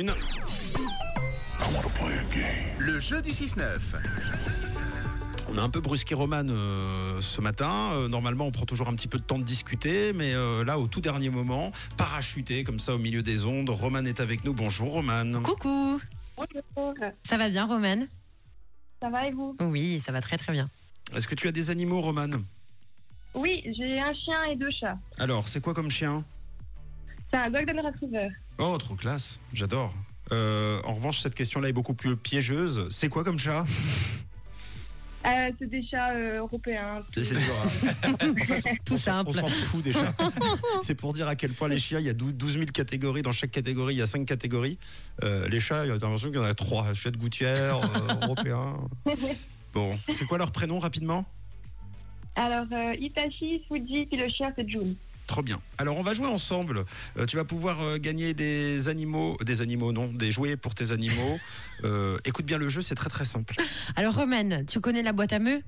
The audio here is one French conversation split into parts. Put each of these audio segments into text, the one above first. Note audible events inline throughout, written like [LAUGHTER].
Une- Le jeu du 6-9. On a un peu brusqué Roman euh, ce matin. Euh, normalement, on prend toujours un petit peu de temps de discuter, mais euh, là, au tout dernier moment, parachuté comme ça au milieu des ondes, Roman est avec nous. Bonjour Roman. Coucou Bonjour, Ça va bien, Romane ça va et vous Oui, ça va très très bien. Est-ce que tu as des animaux, Roman Oui, j'ai un chien et deux chats. Alors, c'est quoi comme chien C'est un Golden Retriever. Oh, trop classe. J'adore. Euh, en revanche, cette question-là est beaucoup plus piégeuse. C'est quoi comme chat Euh, c'est des chats euh, européens. [LAUGHS] Tout simple. hein. On s'en fout [LAUGHS] déjà. c'est pour dire à quel point les chiens, il y a dou- 12 000 catégories. Dans chaque catégorie, il y a 5 catégories. Euh, les chats, il y a l'impression qu'il y en a 3. Chat de gouttière, [LAUGHS] euh, européen. Bon, c'est quoi leur prénom rapidement Alors, euh, Itachi, Fuji, puis le chien, c'est June. Trop bien. Alors on va jouer ensemble. Euh, tu vas pouvoir euh, gagner des animaux, des animaux non, des jouets pour tes animaux. Euh, écoute bien le jeu, c'est très très simple. Alors, Romane, tu connais la boîte à meux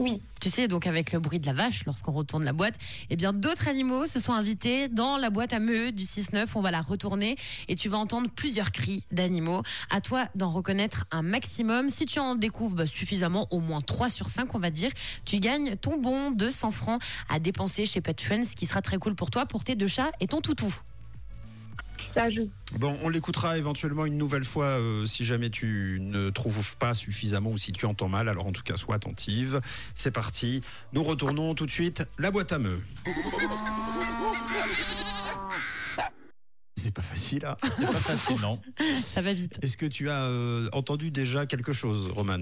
Oui. Tu sais, donc avec le bruit de la vache, lorsqu'on retourne la boîte, eh bien, d'autres animaux se sont invités dans la boîte à meux du 6-9. On va la retourner et tu vas entendre plusieurs cris d'animaux. À toi d'en reconnaître un maximum. Si tu en découvres bah, suffisamment, au moins 3 sur 5, on va dire, tu gagnes ton bon de 100 francs à dépenser chez Pet Friends, ce qui sera très cool pour toi, pour tes deux chats et ton toutou. Ça joue. Bon, on l'écoutera éventuellement une nouvelle fois euh, si jamais tu ne trouves pas suffisamment ou si tu entends mal. Alors en tout cas, sois attentive. C'est parti. Nous retournons tout de suite la boîte à meux. C'est pas facile. hein. C'est pas facile, non. Ça va vite. Est-ce que tu as euh, entendu déjà quelque chose, Roman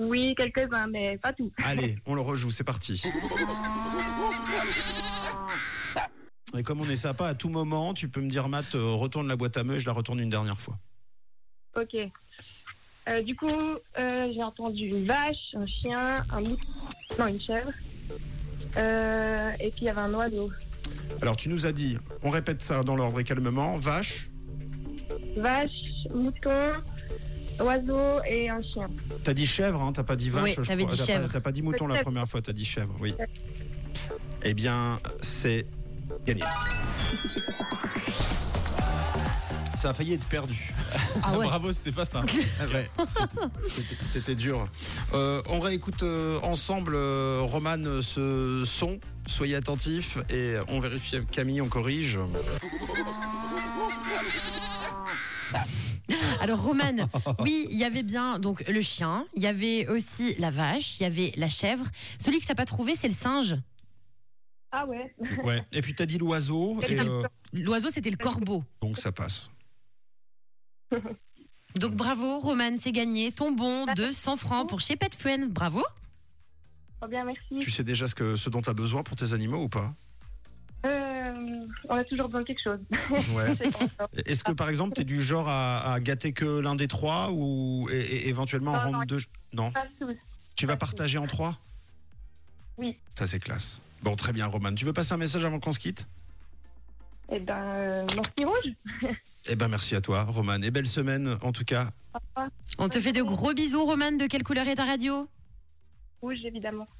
Oui, quelques-uns, mais pas tout. Allez, on le rejoue, c'est parti. Et comme on est sympa, à tout moment, tu peux me dire, Matt, euh, retourne la boîte à meux et je la retourne une dernière fois. Ok. Euh, du coup, euh, j'ai entendu une vache, un chien, un mouton, non, une chèvre. Euh, et puis il y avait un oiseau. Alors, tu nous as dit, on répète ça dans l'ordre et calmement, vache, Vache, mouton, oiseau et un chien. t'as dit chèvre, hein, t'as pas dit vache, Oui, je t'avais crois. dit T'as pas- chèvre. T'as pas dit mouton la Chèvre. première fois, t'as dit chèvre, oui. Eh bien, c'est gagné. Ça a failli être perdu. Ah [LAUGHS] ouais. Bravo, c'était [LAUGHS] pas simple. Ah ouais, c'était- c'était- c'était dur. Euh, on réécoute euh, ensemble, euh, Roman, euh, ce son. Soyez attentifs et on vérifie avec Camille, on corrige. Alors Romane, [LAUGHS] oui, il y avait bien donc le chien, il y avait aussi la vache, il y avait la chèvre. Celui que t'as pas trouvé, c'est le singe. Ah ouais Ouais. Et puis t'as dit l'oiseau, et, C'était le- euh, L'oiseau, c'était le corbeau. donc ça passe. Donc bravo, Romane, c'est gagné. Ton bon de 100 francs pour chez Pet Friends. Bravo. Trop bien, merci. Tu sais déjà ce, que, ce dont t'as besoin pour tes animaux ou [LAUGHS] pas Euh, on a toujours besoin de quelque chose. [LAUGHS] Ouais. C'est bon, ça. Est-ce que par exemple t'es du genre à, à gâter que l'un des trois ou et- et éventuellement en Non, rendre non. deux Non. Pas tous. Tu vas partager en trois Oui. Ça c'est classe. Bon, très bien, Roman. Tu veux passer un message avant qu'on se quitte Eh ben, euh, merci rouge. Eh ben merci à toi, Roman. Et belle semaine en tout cas. Au revoir. On te fait de gros bisous, Romane. De quelle couleur est ta radio Rouge, évidemment.